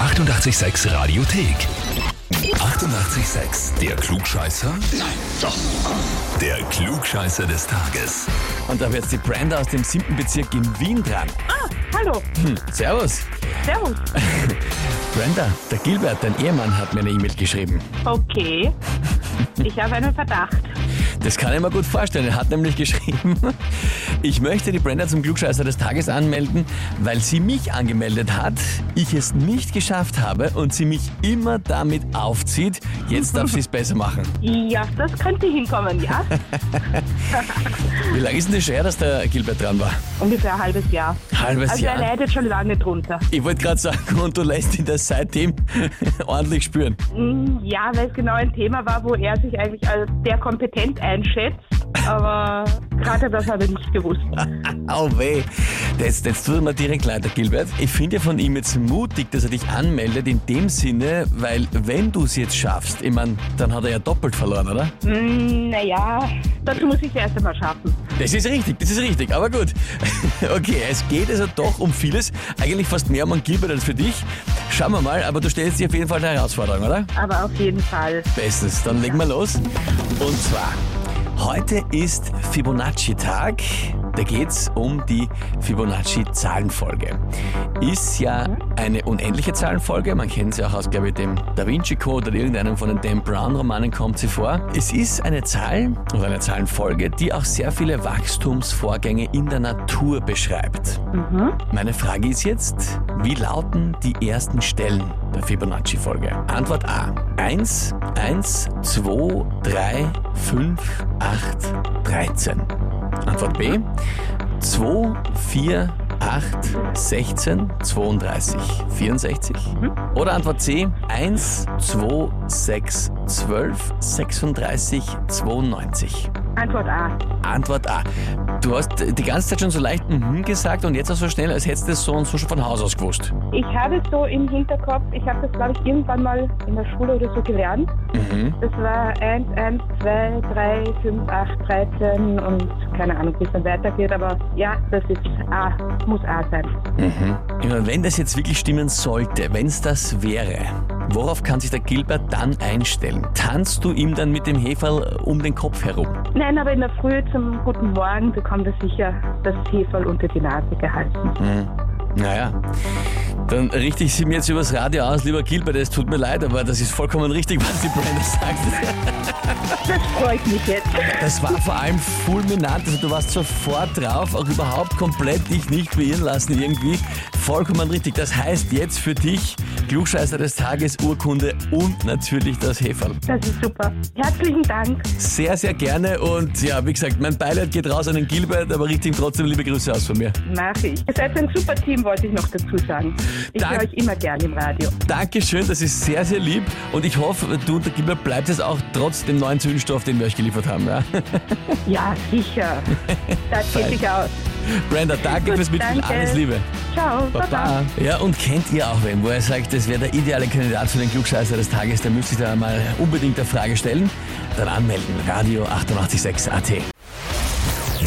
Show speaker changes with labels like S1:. S1: 886 Radiothek. 88,6. Der Klugscheißer? Nein, doch. Der Klugscheißer des Tages.
S2: Und da wird jetzt die Brenda aus dem siebten Bezirk in Wien dran.
S3: Ah, hallo.
S2: Hm, servus.
S3: Servus.
S2: Brenda, der Gilbert, dein Ehemann, hat mir eine E-Mail geschrieben.
S3: Okay. Ich habe einen Verdacht.
S2: Das kann ich mir gut vorstellen. Er hat nämlich geschrieben, ich möchte die Brenda zum Glückscheißer des Tages anmelden, weil sie mich angemeldet hat, ich es nicht geschafft habe und sie mich immer damit aufzieht. Jetzt darf sie es besser machen.
S3: Ja, das könnte hinkommen, ja?
S2: Wie lange ist denn das her, dass der Gilbert dran war?
S3: Ungefähr ein halbes Jahr.
S2: Halbes
S3: also
S2: Jahr.
S3: er leidet schon lange drunter.
S2: Ich wollte gerade sagen, und du lässt ihn das seitdem ordentlich spüren.
S3: Hm, Ja, weil es genau ein Thema war, wo er sich eigentlich als sehr kompetent einschätzt. Aber gerade das habe ich nicht gewusst.
S2: Oh weh. Das, das tut mir direkt leid, der Gilbert. Ich finde ja von ihm jetzt mutig, dass er dich anmeldet in dem Sinne, weil wenn du es jetzt schaffst, ich meine, dann hat er ja doppelt verloren, oder?
S3: Hm, naja, dazu muss ich es erst einmal schaffen.
S2: Das ist richtig, das ist richtig, aber gut. Okay, es geht also doch um vieles. Eigentlich fast mehr um einen Gilbert als für dich. Schauen wir mal, aber du stellst dir auf jeden Fall eine Herausforderung, oder?
S3: Aber auf jeden Fall.
S2: Bestens, dann legen wir los. Und zwar, heute ist Fibonacci-Tag. Da geht's um die Fibonacci-Zahlenfolge. Ist ja eine unendliche Zahlenfolge. Man kennt sie auch aus, glaube ich, dem Da Vinci Code oder irgendeinem von den Dan Brown-Romanen kommt sie vor. Es ist eine Zahl oder eine Zahlenfolge, die auch sehr viele Wachstumsvorgänge in der Natur beschreibt. Meine Frage ist jetzt, wie lauten die ersten Stellen der Fibonacci-Folge? Antwort A. 1, 1, 2, 3, 5, 8, 13. Antwort B. 2, 4, 8, 16, 32, 64. Oder Antwort C. 1, 2, 6, 12, 36, 92.
S3: Antwort A.
S2: Antwort A. Du hast die ganze Zeit schon so leicht mhm gesagt und jetzt auch so schnell, als hättest du es so und so schon von Haus aus gewusst.
S3: Ich habe es so im Hinterkopf, ich habe das, glaube ich, irgendwann mal in der Schule oder so gelernt.
S2: Mhm.
S3: Das war 1, 1, 2, 3, 5, 8, 13 und keine Ahnung, wie es dann weitergeht, aber ja, das ist A, muss A sein.
S2: Mhm. Ich meine, wenn das jetzt wirklich stimmen sollte, wenn es das wäre, worauf kann sich der Gilbert dann einstellen? Tanzt du ihm dann mit dem Heferl um den Kopf herum?
S3: Nein, aber in der Früh zum guten Morgen bekommt er sicher das Heferl unter die Nase gehalten.
S2: Mhm. Naja, dann richte ich sie mir jetzt übers Radio aus. Lieber Gilbert, es tut mir leid, aber das ist vollkommen richtig, was die Brenda sagt.
S3: Das freut mich jetzt.
S2: Das war vor allem fulminant, also du warst sofort drauf, auch überhaupt komplett dich nicht beirren lassen irgendwie. Vollkommen richtig. Das heißt jetzt für dich Klugscheißer des Tages, Urkunde und natürlich das Heferl.
S3: Das ist super. Herzlichen Dank.
S2: Sehr, sehr gerne und ja, wie gesagt, mein Beileid geht raus an den Gilbert, aber richte ihm trotzdem liebe Grüße aus von mir.
S3: Mache ich. Ihr seid ein super Team, wollte ich noch dazu sagen. Ich
S2: Dank.
S3: höre euch immer gern im Radio.
S2: Dankeschön, das ist sehr, sehr lieb und ich hoffe, du und der Gilbert bleibt es auch trotz dem neuen Zündstoff, den wir euch geliefert haben. Ja?
S3: Ja, sicher. Das geht sich aus.
S2: Brenda, danke
S3: Gut,
S2: fürs Mitspielen,
S3: danke.
S2: alles Liebe.
S3: Ciao. Baba.
S2: Ja, und kennt ihr auch wen, wo er sagt, das wäre der ideale Kandidat für den Klugscheißer des Tages, der müsste ich da mal unbedingt eine Frage stellen? Dann anmelden, Radio 886 AT.